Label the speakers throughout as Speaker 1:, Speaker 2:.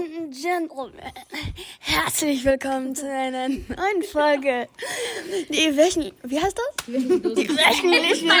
Speaker 1: und Robin. Herzlich willkommen zu einer neuen Folge. Die Wöchen. Wie heißt das? Die wöchentliche,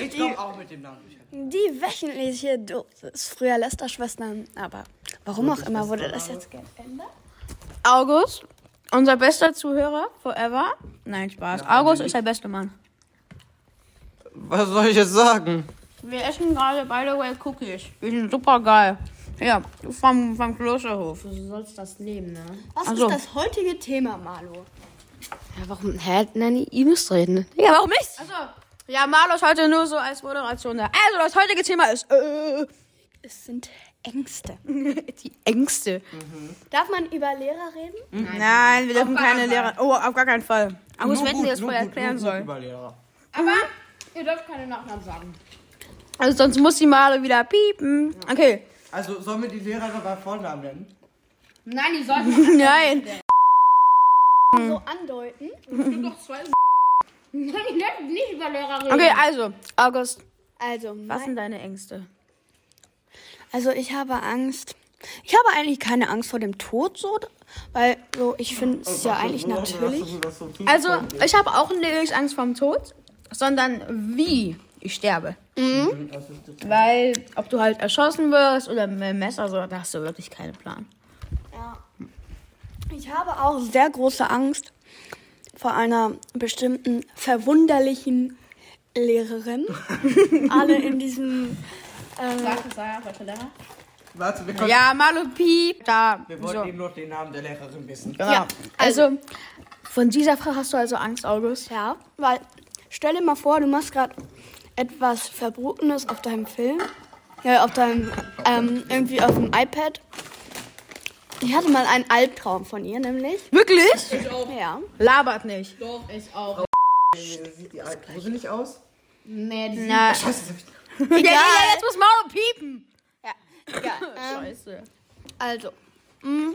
Speaker 2: Ich komme auch mit dem Namen.
Speaker 1: die wöchentliche Dosis. Früher Lästerschwestern, aber warum auch immer wurde das jetzt geändert?
Speaker 3: August, unser bester Zuhörer forever. Nein, Spaß. August ist der beste Mann.
Speaker 2: Was soll ich jetzt sagen?
Speaker 3: Wir essen gerade, by the way, Cookies. Die sind super geil. Ja, vom, vom Klosterhof.
Speaker 4: Du sollst das nehmen, ne?
Speaker 1: Was
Speaker 3: Also.
Speaker 1: ist das heutige Thema, Marlo?
Speaker 4: Ja, warum? Hä? Nein, ihr müsst reden.
Speaker 1: Ja, warum nicht?
Speaker 3: Also, ja, Marlos heute nur so als Moderation da. Also, das heutige Thema ist äh,
Speaker 1: Es sind Ängste.
Speaker 3: die Ängste.
Speaker 1: Darf man über Lehrer reden?
Speaker 3: Nein, wir dürfen keine Lehrer. Oh, auf gar keinen Fall. August,
Speaker 2: Nur
Speaker 3: wir hätten
Speaker 2: gut,
Speaker 3: dir das
Speaker 2: nur
Speaker 3: vorher
Speaker 2: gut,
Speaker 3: erklären
Speaker 2: nur gut,
Speaker 3: sollen.
Speaker 2: lieber Lehrer.
Speaker 4: Ihr dürft keine Nachnamen sagen.
Speaker 3: Also, sonst muss die Marlo wieder piepen. Okay.
Speaker 2: Also sollen wir die Lehrer noch bei Vornamen nennen?
Speaker 4: Nein, die sollten.
Speaker 3: Nein.
Speaker 1: So Also andeuten.
Speaker 4: Es gibt doch zwei. Nein, die dürfen nicht über Lehrer reden.
Speaker 3: Okay, also, August,
Speaker 1: Also,
Speaker 3: was sind deine Ängste?
Speaker 1: Also ich habe Angst. Ich habe eigentlich keine Angst vor dem Tod so, weil so ich finde es ja eigentlich natürlich.
Speaker 3: Also, ich habe auch nicht Angst vorm Tod, sondern wie ich sterbe. Mhm. Weil, ob du halt erschossen wirst oder mit einem Messer, so, da hast du wirklich keinen Plan.
Speaker 1: Ich habe auch sehr große Angst vor einer bestimmten verwunderlichen Lehrerin. Alle in diesem äh,
Speaker 4: Sag es einfach, heute Lehrer.
Speaker 2: Warte, wir, konnten,
Speaker 3: Ja, Malo Piep, da.
Speaker 2: wir wollten
Speaker 3: So.
Speaker 2: eben noch den Namen der Lehrerin wissen.
Speaker 3: Ja, also, von dieser Frage hast du also Angst, August?
Speaker 1: ja, weil stell dir mal vor, du machst gerade etwas Verbotenes auf deinem Film, äh, auf deinem ähm, irgendwie auf dem iPad. Ich hatte mal einen Albtraum von ihr nämlich.
Speaker 3: Wirklich?
Speaker 1: Ja.
Speaker 3: Labert nicht.
Speaker 4: Doch, ich auch.
Speaker 2: Sieht die alt gruselig aus?
Speaker 4: Nee, die
Speaker 3: Na,
Speaker 2: Scheiße, das hab ich-
Speaker 3: ja, ja, ja, ähm, jetzt muss Malo piepen. Scheiße.
Speaker 1: Also, mm,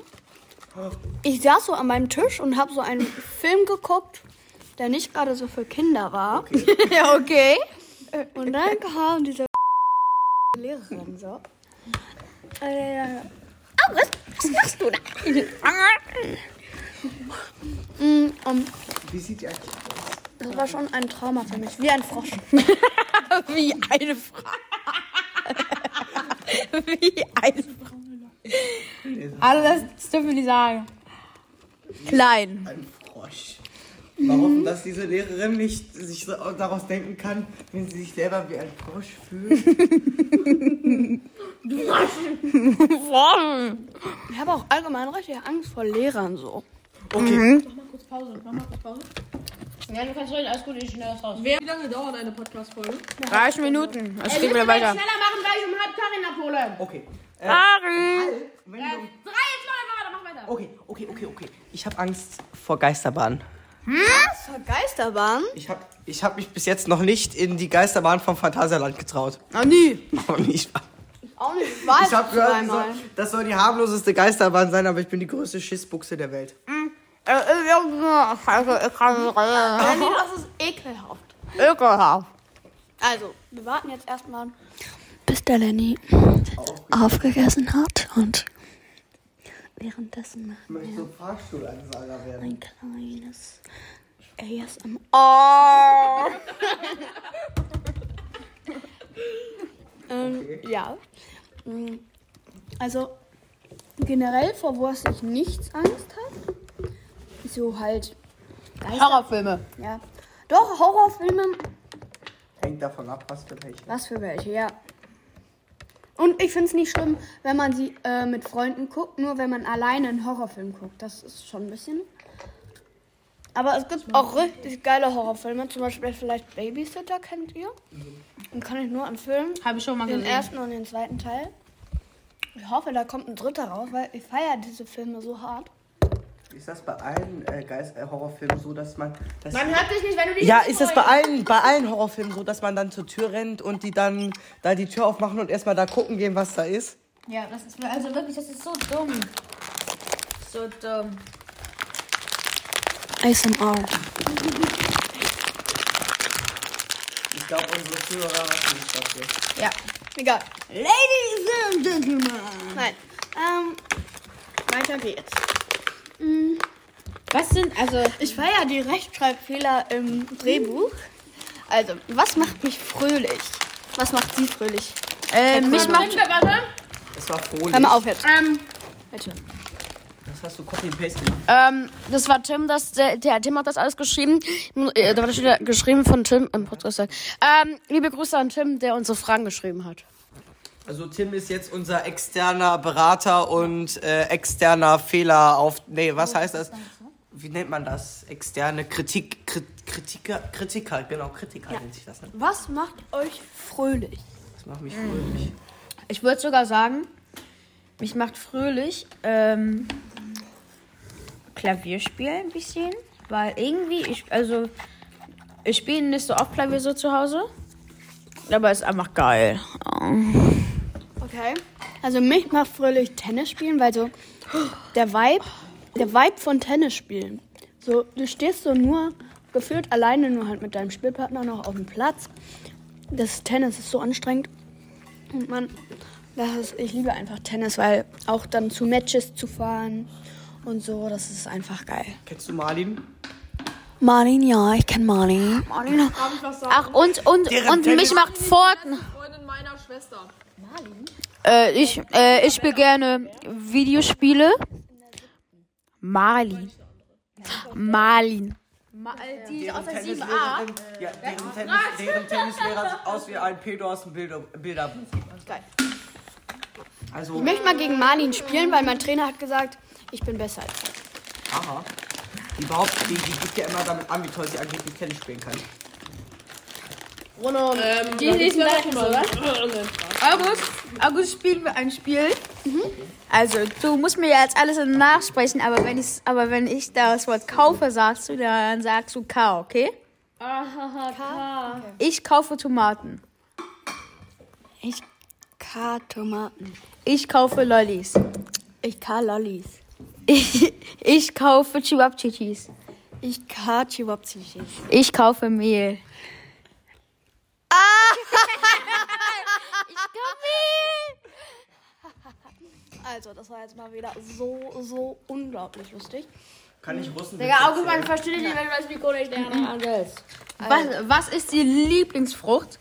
Speaker 1: ich saß so an meinem Tisch und habe so einen Film geguckt, der nicht gerade so für Kinder war.
Speaker 3: Ja, okay.
Speaker 1: Und dann kam diese Lehrerin so. Äh, August, was machst du da? Mm, und
Speaker 2: Wie sieht die eigentlich aus?
Speaker 1: das war schon ein Trauma für mich, wie ein Frosch.
Speaker 3: Wie eine Frage. Wie eine Frage. Alles das dürfen wir nicht sagen. Klein.
Speaker 2: Ein Frosch. Wir
Speaker 3: Mhm.
Speaker 2: hoffen, dass diese Lehrerin nicht sich so daraus denken kann, wenn sie sich selber wie ein Frosch fühlt.
Speaker 1: Ich habe auch allgemein richtig Angst vor Lehrern so.
Speaker 2: Okay,
Speaker 4: kurz Pause. Mach mal kurz Pause. Ja, du kannst reden, alles gut, ich schnell das raus. Wer
Speaker 3: 30 Minuten. Es geht
Speaker 4: schneller
Speaker 3: wieder weiter.
Speaker 4: machen, weil ich um halb Karin abhole.
Speaker 2: okay. Äh,
Speaker 3: Ari. Äh,
Speaker 2: wenn du,
Speaker 4: Drei, zwei, mach weiter.
Speaker 2: okay, okay, okay, okay. Ich habe Angst vor Geisterbahnen.
Speaker 1: Geisterbahn?
Speaker 2: Ich habe ich hab mich bis jetzt noch nicht in die Geisterbahn vom Phantasialand getraut.
Speaker 3: Oh, nie.
Speaker 2: Noch nicht.
Speaker 1: Auch nicht, war
Speaker 2: Ich habe gehört, das soll, das soll die harmloseste Geisterbahn sein, aber ich bin die größte Schissbuchse der Welt.
Speaker 3: Äh, ich hab nur- Also, ich kann nicht reden.
Speaker 1: Nee, das ist ekelhaft.
Speaker 3: Ekelhaft.
Speaker 1: Also, wir warten jetzt erstmal, bis der Lenny aufgegessen hat und währenddessen
Speaker 2: Ich möchte so Fahrstuhlansager werden.
Speaker 1: ein kleines ASMR. Oh. ähm, Ja. Mm, Also generell vor was ich nichts Angst habe, so halt
Speaker 3: Horrorfilme.
Speaker 1: ja. Doch Horrorfilme
Speaker 2: Hängt davon ab, was für welche.
Speaker 1: Was für welche, ja. Und ich finde es nicht schlimm, wenn man sie äh, mit Freunden guckt, nur wenn man alleine einen Horrorfilm guckt. Das ist schon ein bisschen. Aber es gibt auch richtig geile Horrorfilme, zum Beispiel vielleicht Babysitter, kennt ihr? Den kann ich nur empfehlen.
Speaker 3: Habe ich schon mal
Speaker 1: Den
Speaker 3: gesehen.
Speaker 1: ersten und den zweiten Teil. Ich hoffe, da kommt ein dritter raus, weil ich feiere diese Filme so hart.
Speaker 2: Ist das bei allen äh, Geist äh, Horrorfilmen so, dass man. Dass
Speaker 4: Man hört dich nicht, wenn du dich
Speaker 2: ja,
Speaker 4: nicht
Speaker 2: ist das bei
Speaker 4: freust.
Speaker 2: allen, bei allen Horrorfilmen so, dass man dann zur Tür rennt und die dann da die Tür aufmachen und erstmal da gucken gehen, was da ist?
Speaker 3: Ja, das ist also wirklich, das ist so dumm. So dumm.
Speaker 1: ASMR.
Speaker 2: Ich glaube, unsere Zuhörer haben nicht dafür.
Speaker 3: Ja.
Speaker 1: Egal.
Speaker 3: Ladies and Gentlemen.
Speaker 1: Nein. Ähm, weiter geht's.
Speaker 4: Mm. Was sind, also,
Speaker 1: Ich feiere die Rechtschreibfehler im Drehbuch. Also, was macht mich fröhlich? Was macht sie fröhlich?
Speaker 3: Äh, mich macht.
Speaker 4: warte.
Speaker 2: Das war fröhlich.
Speaker 1: Hör mal auf jetzt.
Speaker 4: Ähm,
Speaker 2: Das hast du Copy and Paste gemacht.
Speaker 3: Ähm, das war Tim, das, der, der Tim hat das alles geschrieben. Äh, Da war das wieder geschrieben von Tim im Podcast. Ähm, liebe Grüße an Tim, der unsere Fragen geschrieben hat.
Speaker 2: Also Tim ist jetzt unser externer Berater und äh, externer Fehler auf. Nee, was
Speaker 1: Oh,
Speaker 2: heißt das? Wie nennt man das? Externe Kritik, Krit- Kritiker, Kritiker, genau, Kritiker nennt sich das. Ne?
Speaker 1: Was macht euch fröhlich?
Speaker 2: Das macht mich fröhlich.
Speaker 3: Ich würde sogar sagen, mich macht fröhlich ähm, Klavierspielen ein bisschen, weil irgendwie ich also ich spiele nicht so oft Klavier so zu Hause, aber ist einfach geil.
Speaker 1: Okay. Also, mich macht fröhlich Tennis spielen, weil so der Vibe, der Vibe von Tennis spielen. So, du stehst so nur gefühlt alleine, nur halt mit deinem Spielpartner noch auf dem Platz. Das Tennis ist so anstrengend. Und man, das ist, ich liebe einfach Tennis, weil auch dann zu Matches zu fahren und so, das ist einfach geil.
Speaker 2: Kennst du Marlin?
Speaker 1: Marlin, ja, ich kenne Marlin. Marlin.
Speaker 5: Darf ich was sagen?
Speaker 3: Ach und und
Speaker 2: Deren
Speaker 3: und
Speaker 2: Tennis-
Speaker 3: mich macht Fortnite.
Speaker 5: Freundin meiner Schwester.
Speaker 3: Äh, ich äh, ich spiele gerne Videospiele. Marlin. Marlin.
Speaker 2: Die aus der
Speaker 1: Äh,
Speaker 2: 7a. Ja, deren, Tennis, deren Tennislehrer sieht aus wie ein Pedo aus dem Bilder, Bilderbuch.
Speaker 1: Geil.
Speaker 2: Also,
Speaker 1: Ich möchte mal gegen Marlin spielen, weil mein Trainer hat gesagt, ich bin besser als er.
Speaker 2: aha. Die behauptet, die, die gibt ja immer damit an, wie toll sie angeblich Tennis spielen kann.
Speaker 4: Bruno, ähm,
Speaker 3: Die lesen das schon mal, August, August spielen wir ein Spiel. Also, du musst mir ja jetzt alles nachsprechen, aber wenn ich, aber wenn ich das Wort kaufe, sagst du, dann sagst du K, okay? Ich kaufe Tomaten.
Speaker 1: Ich kann Tomaten.
Speaker 3: Ich kaufe Lollis.
Speaker 1: Ich kann Lollis.
Speaker 3: Ich, ich kaufe Chihuahua-Chichis.
Speaker 1: Ich kann Chihuahua-Psychis.
Speaker 3: Ich kaufe Mehl.
Speaker 1: Also, das war jetzt mal wieder so, so unglaublich lustig.
Speaker 2: Kann ich Russen
Speaker 4: Digga, August, man versteht dich nicht, wenn du das Mikro nicht lernen angelst.
Speaker 3: Was, was ist die Lieblingsfrucht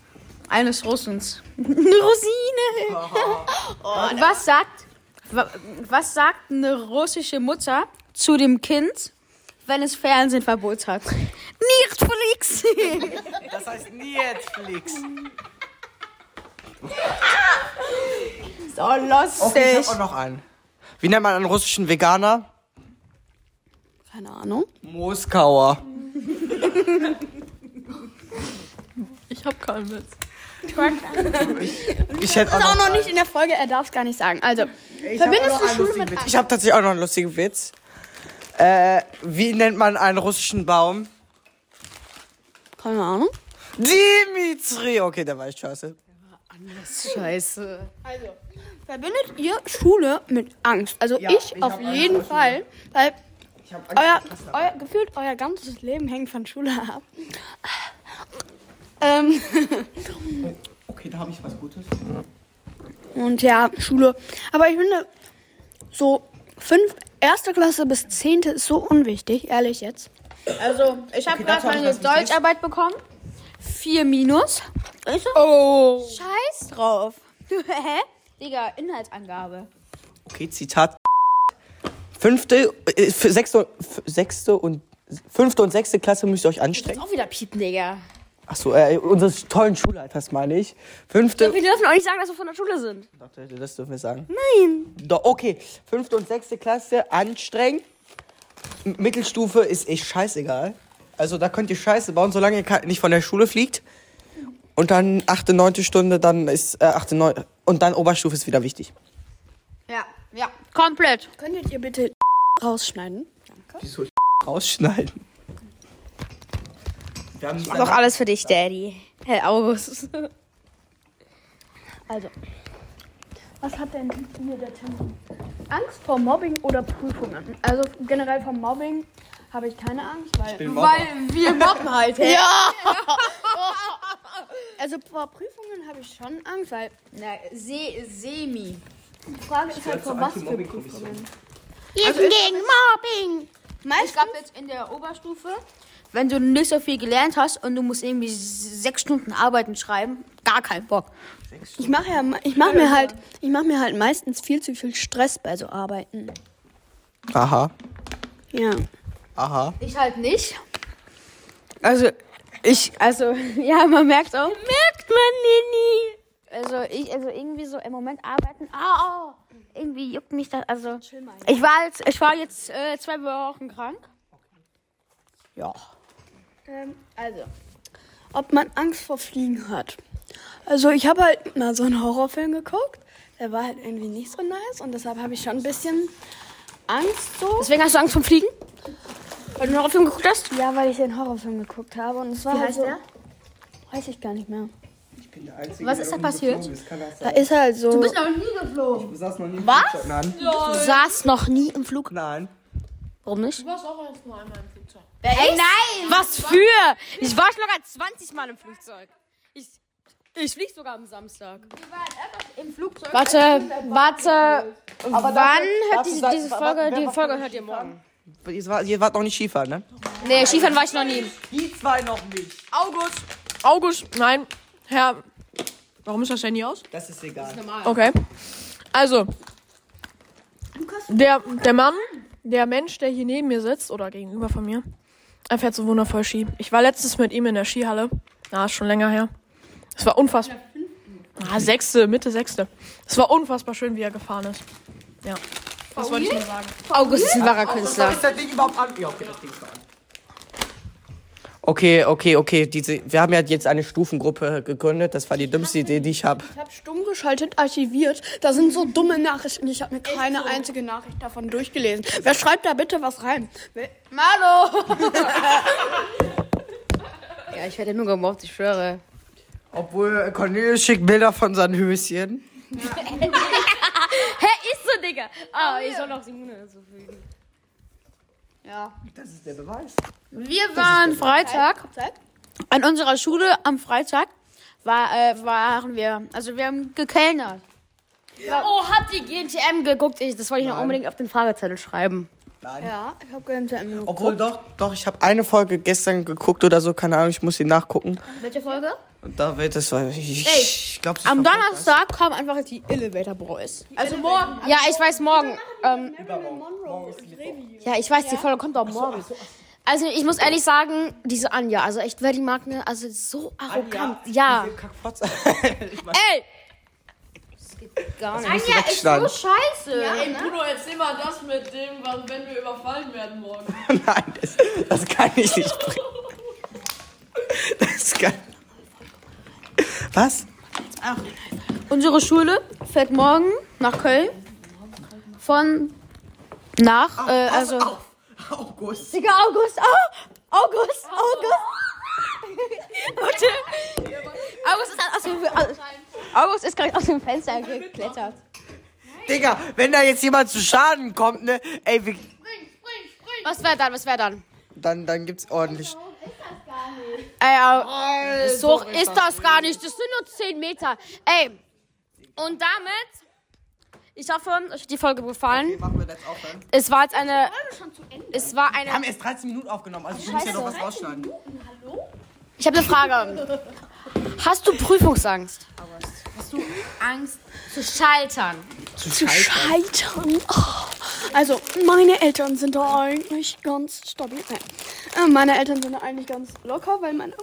Speaker 3: eines Russens? Oh, Rosine. Und was sagt, wa- was sagt eine russische Mutter zu dem Kind, wenn es Fernsehverbot hat? Netflix.
Speaker 2: Das heißt Netflix.
Speaker 3: so lustig.
Speaker 2: Okay, ich hab auch noch einen. Wie nennt man einen russischen Veganer?
Speaker 1: Keine Ahnung.
Speaker 2: Moskauer.
Speaker 3: Ich hab keinen Witz.
Speaker 2: Ich hätte auch
Speaker 1: Ist auch
Speaker 2: noch,
Speaker 1: noch nicht in der Folge, er darf es gar nicht sagen. Also,
Speaker 2: ich hab auch
Speaker 1: verbindest
Speaker 2: noch
Speaker 1: du
Speaker 2: einen
Speaker 1: Schule
Speaker 2: lustigen
Speaker 1: mit
Speaker 2: Witz. Ich habe tatsächlich auch noch einen lustigen Witz. Äh, wie nennt man einen russischen Baum?
Speaker 1: Keine Ahnung.
Speaker 2: Dimitri. Okay, der war ich scheiße.
Speaker 3: Scheiße.
Speaker 1: Also, verbindet ihr Schule mit Angst? Also,
Speaker 2: Ja,
Speaker 1: ich,
Speaker 2: ich hab
Speaker 1: auf
Speaker 2: Angst
Speaker 1: jeden
Speaker 2: vor Schule.
Speaker 1: Fall, weil
Speaker 2: Ich hab
Speaker 1: euer, euer, gefühlt euer ganzes Leben hängt von Schule ab. ähm.
Speaker 2: Okay, da habe ich was Gutes.
Speaker 1: Und ja, Schule. Aber ich finde, so fünf, erste Klasse bis zehnte ist so unwichtig, ehrlich jetzt.
Speaker 3: Also, ich habe
Speaker 2: Okay,
Speaker 3: gerade
Speaker 2: dazu hab ich
Speaker 3: meine
Speaker 2: was nicht.
Speaker 3: Deutscharbeit bekommen. Vier Minus.
Speaker 1: Oh.
Speaker 3: Scheiß drauf. Hä? Digga, Inhaltsangabe.
Speaker 2: Okay, Zitat. Fünfte, äh, für sechste, und- für sechste und fünfte und sechste Klasse müsst ihr euch anstrengen.
Speaker 3: Auch wieder piepen, Digga.
Speaker 2: Achso, äh, unseres tollen Schulleiters meine ich. Fünfte.
Speaker 3: Wir dürfen auch nicht sagen, dass wir von der Schule sind.
Speaker 2: Warte, Das dürfen wir sagen. Nein. Doch, okay. Fünfte und sechste Klasse, anstrengend. M- Mittelstufe ist echt scheißegal. Also da könnt ihr Scheiße bauen, solange ihr ke- nicht von der Schule fliegt. Und dann achte, neunte Stunde, dann ist äh, achte, neunte. Und dann Oberstufe ist wieder wichtig.
Speaker 3: Ja, ja, komplett.
Speaker 1: Könntet ihr bitte rausschneiden?
Speaker 2: Rausschneiden. Wir haben
Speaker 3: Noch alles für dich, Daddy. Hey, August.
Speaker 1: Also. Was hat denn hier der Tim? Angst vor Mobbing oder Prüfungen? Also generell vor Mobbing habe ich keine Angst, weil.
Speaker 3: Weil wir mobben halt, hey. Ja.
Speaker 1: Also vor Prüfungen habe ich schon Angst, weil
Speaker 3: Na, Se Semi.
Speaker 1: die Frage ist halt vor was für Prüfungen.
Speaker 6: Wir sind gegen Mobbing.
Speaker 7: Es gab jetzt in der Oberstufe, wenn du nicht so viel gelernt hast und du musst irgendwie sechs Stunden arbeiten schreiben, gar keinen Bock.
Speaker 1: Ich mache ja, ich mach mir halt, ich mache mir halt meistens viel zu viel Stress bei so Arbeiten.
Speaker 2: Aha.
Speaker 1: Ja.
Speaker 2: Aha.
Speaker 7: Ich halt nicht. Also, ich, also, ja, man merkt auch. Merkt man, Nini. Also, ich, also irgendwie so im Moment arbeiten. Ah, oh, irgendwie juckt mich das. Also, ich war jetzt, ich war jetzt äh, zwei Wochen krank. Ja.
Speaker 1: also, ob man Angst vor Fliegen hat. Also ich habe halt mal so einen Horrorfilm geguckt. Der war halt irgendwie nicht so nice und deshalb habe ich schon ein bisschen Angst so.
Speaker 7: Deswegen hast du Angst vom Fliegen? Weil du einen Horrorfilm geguckt hast?
Speaker 1: Ja, weil ich den Horrorfilm geguckt habe und es war halt so. Weiß ich gar nicht mehr.
Speaker 7: Was ist da passiert?
Speaker 1: Da ist halt so. Du
Speaker 4: noch nie geflogen.
Speaker 2: Du saßt noch nie Was? Nein.
Speaker 7: Du saßt noch nie im Flug.
Speaker 2: Nein.
Speaker 7: Warum nicht?
Speaker 4: Du warst auch erst nur einmal im Flugzeug.
Speaker 7: Ey, nein! Was für? Ich war schon locker 20 Mal im Flugzeug. Ich, ich flieg sogar am Samstag. Warte, warte. wann hört diese, diese Folge? Die Folge hört ihr morgen.
Speaker 2: Ihr wart, ihr wart noch nicht Skifahren, ne?
Speaker 7: Nee, Skifahren war ich noch nie.
Speaker 2: Die zwei noch nicht.
Speaker 4: August. August, nein. Herr. Warum ist das Handy aus?
Speaker 2: Das ist egal.
Speaker 4: Okay. Also. Der, der Mann, der Mensch, der hier neben mir sitzt oder gegenüber von mir, er fährt so wundervoll Ski. Ich war letztens mit ihm in der Skihalle. Na, ist schon länger her. Es war unfassbar. Ah, sechste, Mitte sechste. Es war unfassbar schön, wie er gefahren ist. Ja. Das wollte ich nur sagen.
Speaker 7: August ist ein wahrer Künstler.
Speaker 2: das Ding überhaupt an? Ja, okay, das Ding ist an. Okay, okay, okay. Diese, wir haben ja jetzt eine Stufengruppe gegründet. Das war die dümmste Idee, die ich habe.
Speaker 1: habe stumm geschaltet, archiviert. Da sind so dumme Nachrichten. Ich habe mir keine einzige Nachricht davon durchgelesen. Wer schreibt da bitte was rein? Wer- Malo!
Speaker 7: Ja, ich werde nur gemobbt, ich schwöre.
Speaker 2: Obwohl Cornelius schickt Bilder von seinen Höschen.
Speaker 7: Hä, ist so, Digga. Ah, ich soll noch Simone hinzufügen.
Speaker 2: Das ist der Beweis.
Speaker 7: Wir waren Freitag an unserer Schule am Freitag war, äh, waren wir, also wir haben gekellnert. Oh, habt ihr GNTM geguckt? Ich, das wollte ich noch unbedingt auf den Fragezettel schreiben.
Speaker 1: Ja, ich habe gehört, der Emil.
Speaker 2: Obwohl doch, doch, ich habe eine Folge gestern geguckt oder so, keine Ahnung, ich muss sie nachgucken.
Speaker 7: Welche Folge?
Speaker 2: Und da wird es. Ich glaube,
Speaker 7: Am Donnerstag kommen einfach die Elevator Boys. Also morgen. Ja, ich weiß morgen. Ähm, ja, ich weiß, die Folge kommt auch morgen. Also ich muss ehrlich sagen, diese Anja, also echt, wer die mag, ne, also so arrogant. Ja. Ey! Gar nicht.
Speaker 2: Anja ist
Speaker 7: Oh,
Speaker 2: so
Speaker 4: Hey Bruno, erzähl mal das mit dem, was- wenn wir überfallen werden morgen.
Speaker 2: Nein, das, das kann ich nicht bringen. Das kann. Was?
Speaker 7: Unsere Schule fährt morgen nach Köln von nach äh, also
Speaker 2: August.
Speaker 7: Digga, August, oh, August, August. Warte. August ist, aus dem, August ist gerade aus dem Fenster geklettert.
Speaker 2: Digga, wenn da jetzt jemand zu Schaden kommt, ne? Ey, wir,
Speaker 7: Was wäre dann, was wäre dann?
Speaker 2: dann, dann gibt's ordentlich.
Speaker 7: Ey, äh, so ist das gar nicht. Das sind nur 10 Meter. Ey, und damit, ich hoffe, euch hat die Folge gefallen.
Speaker 2: Machen wir das aufhören.
Speaker 7: Es war jetzt eine, es war eine
Speaker 2: Wir haben erst 13 Minuten aufgenommen, also ich muss ja noch was rausschneiden.
Speaker 7: Ich habe eine Frage. Hast du Prüfungsangst? Hast du Angst zu scheitern?
Speaker 1: Zu scheitern. Oh. Also, meine Eltern sind da eigentlich ganz stabil. Nein. Äh, Meine Eltern sind da eigentlich ganz locker, weil meine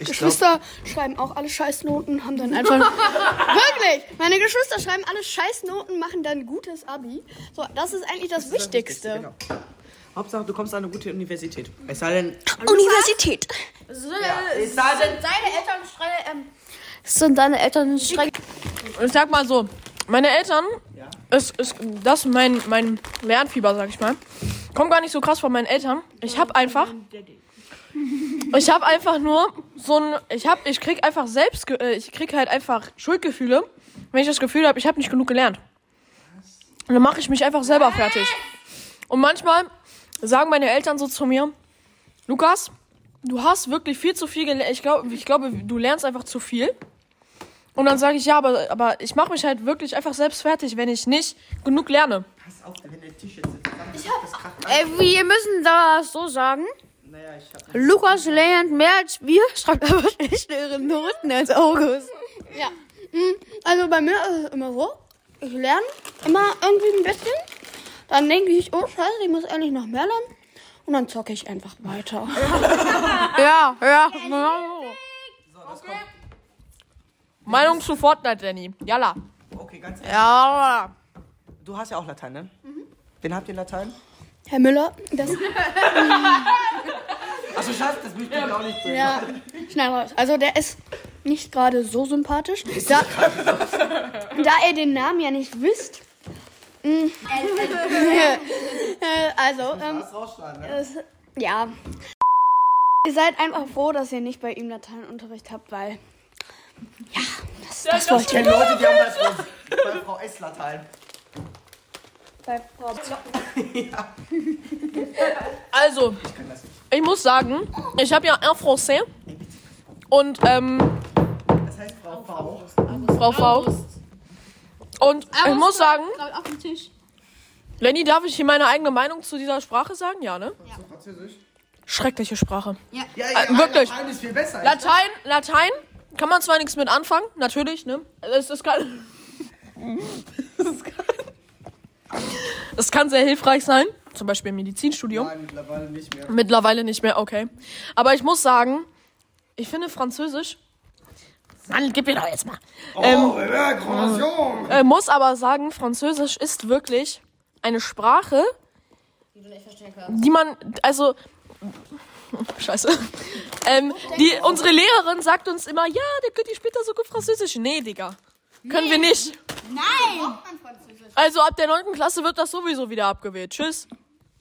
Speaker 2: Ich
Speaker 1: Geschwister schreiben auch alle Scheißnoten, haben dann einfach. Wirklich! Meine Geschwister schreiben alle Scheißnoten, machen dann ein gutes Abi. So, das ist eigentlich das, Wichtigste.
Speaker 2: Genau. Hauptsache, du kommst an eine gute Universität. Es sei denn,
Speaker 1: Universität.
Speaker 2: es sei denn,
Speaker 7: Sind deine Eltern streng?
Speaker 4: Ich sag mal so, meine Eltern, es ist das mein mein Lernfieber, sag ich mal, kommt gar nicht so krass von meinen Eltern. Ich hab einfach, ich hab einfach nur so ein, ich hab, ich krieg einfach selbst, äh, ich krieg halt einfach Schuldgefühle, wenn ich das Gefühl habe, ich habe nicht genug gelernt. Und dann mache ich mich einfach selber fertig. Und manchmal sagen meine Eltern so zu mir, Lukas, du hast wirklich viel zu viel gelernt. Ich glaube, ich glaube, du lernst einfach zu viel. Und dann sage ich, ja, aber, aber ich mache mich halt wirklich einfach selbst fertig, wenn ich nicht genug lerne.
Speaker 2: Pass auf, wenn der Tisch jetzt zusammen ist, das kracht an.
Speaker 3: Ey, wir müssen das so sagen.
Speaker 2: Naja, ich hab
Speaker 3: Lukas lernt mehr als wir, schreibt aber schlechtere Noten als August.
Speaker 1: Ja. Hm, Also bei mir ist es immer so, ich lerne immer irgendwie ein bisschen. Dann denke ich, oh scheiße, ich muss eigentlich noch mehr lernen. Und dann zocke ich einfach weiter.
Speaker 3: Ja, ja, genau so.
Speaker 4: Meinung zu Fortnite, Danny. Jalla.
Speaker 2: Okay, ganz ehrlich.
Speaker 3: Ja,
Speaker 2: Du hast ja auch Latein, ne? Wen habt ihr in Latein?
Speaker 1: Herr Müller, das
Speaker 2: Also scheiße, das möchte ich auch nicht sehen.
Speaker 1: ja, schnell raus. Also der ist nicht gerade so sympathisch. Da, da ihr den Namen ja nicht wisst. hm, äh, also, ähm,
Speaker 2: Das rausschneiden, ne?
Speaker 1: das, ja. Ihr seid einfach froh, dass ihr nicht bei ihm Lateinunterricht habt, weil. Ja, das, das wollte ich.
Speaker 2: Ich kenne Leute, die haben bei Frau, bei Frau S Latein.
Speaker 1: Bei Frau
Speaker 4: Also, ich muss sagen, ich habe ja en français und ähm,
Speaker 2: Das heißt Frau V.
Speaker 4: Frau V. Und ich muss sagen,
Speaker 3: auf dem Tisch.
Speaker 4: Lenny, darf ich hier meine eigene Meinung zu dieser Sprache sagen? Ja, ne?
Speaker 2: Französisch.
Speaker 4: Schreckliche Sprache. Äh,
Speaker 2: Ja, ja,
Speaker 4: wirklich.
Speaker 2: Latein ist viel besser.
Speaker 4: Latein, Latein, kann man zwar nichts mit anfangen, natürlich, ne? Es ist kein. Es kann sehr hilfreich sein, zum Beispiel im Medizinstudium.
Speaker 2: Nein, mittlerweile nicht mehr.
Speaker 4: Mittlerweile nicht mehr, okay. Aber ich muss sagen, ich finde Französisch. Mann, gib mir doch jetzt mal.
Speaker 2: oh, ja, Gration.
Speaker 4: Äh, muss aber sagen, Französisch ist wirklich eine Sprache, die man, also, scheiße, ähm, die, unsere Lehrerin sagt uns immer, ja, dann könnt ihr später so gut Französisch. Nee, Digga, können wir nicht.
Speaker 5: Nein!
Speaker 4: Also ab der 9. Klasse wird das sowieso wieder abgewählt. Tschüss.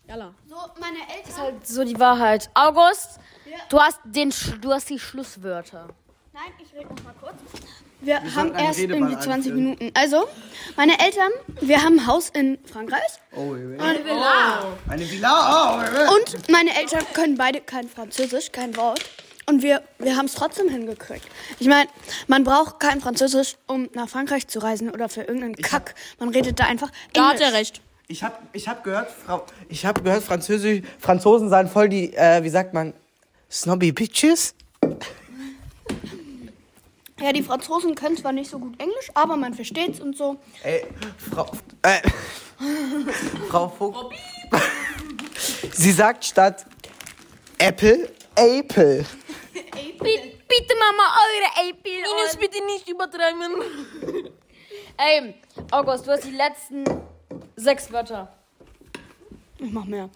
Speaker 1: So, meine Eltern.
Speaker 7: So die Wahrheit. August, du, hast den, Sch- du hast die Schlusswörter.
Speaker 1: Nein, ich rede noch mal kurz. Wir, haben
Speaker 2: einen
Speaker 1: erst
Speaker 2: Redeball
Speaker 1: irgendwie 20
Speaker 2: einführen.
Speaker 1: Minuten. Also, meine Eltern, wir haben ein Haus in Frankreich
Speaker 2: Oh, ja.
Speaker 1: und,
Speaker 2: Eine Villa. Oh, ja.
Speaker 1: und meine Eltern können beide kein Französisch, kein Wort. Und wir, wir haben es trotzdem hingekriegt. Ich meine, man braucht kein Französisch, um nach Frankreich zu reisen oder für irgendeinen Kack. Man redet da einfach
Speaker 4: Da hat
Speaker 1: Englisch.
Speaker 4: er recht.
Speaker 2: Ich hab, ich hab gehört, Frau, ich hab gehört, Französisch, Franzosen seien voll die, äh, wie sagt man, snobby bitches.
Speaker 1: Ja, die Franzosen können zwar nicht so gut Englisch, aber man versteht's und so.
Speaker 2: Ey, Frau, äh, Frau Vogt. Sie sagt statt Apple, Apple.
Speaker 7: Bitte, bitte Mama, eure Apple.
Speaker 4: Ines, bitte nicht übertreiben.
Speaker 7: Ey, August, du hast die letzten sechs Wörter.
Speaker 1: Ich mach mehr.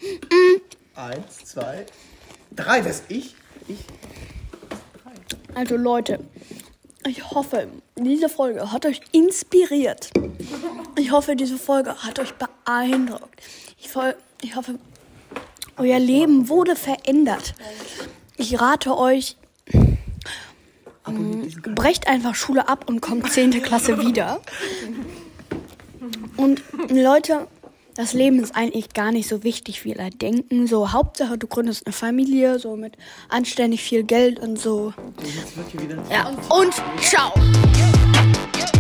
Speaker 2: Eins, zwei, drei, das ich. Ich.
Speaker 1: Also Leute, ich hoffe, diese Folge hat euch inspiriert. Ich hoffe, diese Folge hat euch beeindruckt. Ich, voll, ich hoffe, euer Leben wurde verändert. Ich rate euch, ähm, brecht einfach Schule ab und kommt 10. Klasse wieder. Und äh, Leute, das Leben ist eigentlich gar nicht so wichtig, wie alle denken. So, Hauptsache, du gründest eine Familie, so mit anständig viel Geld und so. Ja, und ciao.
Speaker 5: Yep, yep.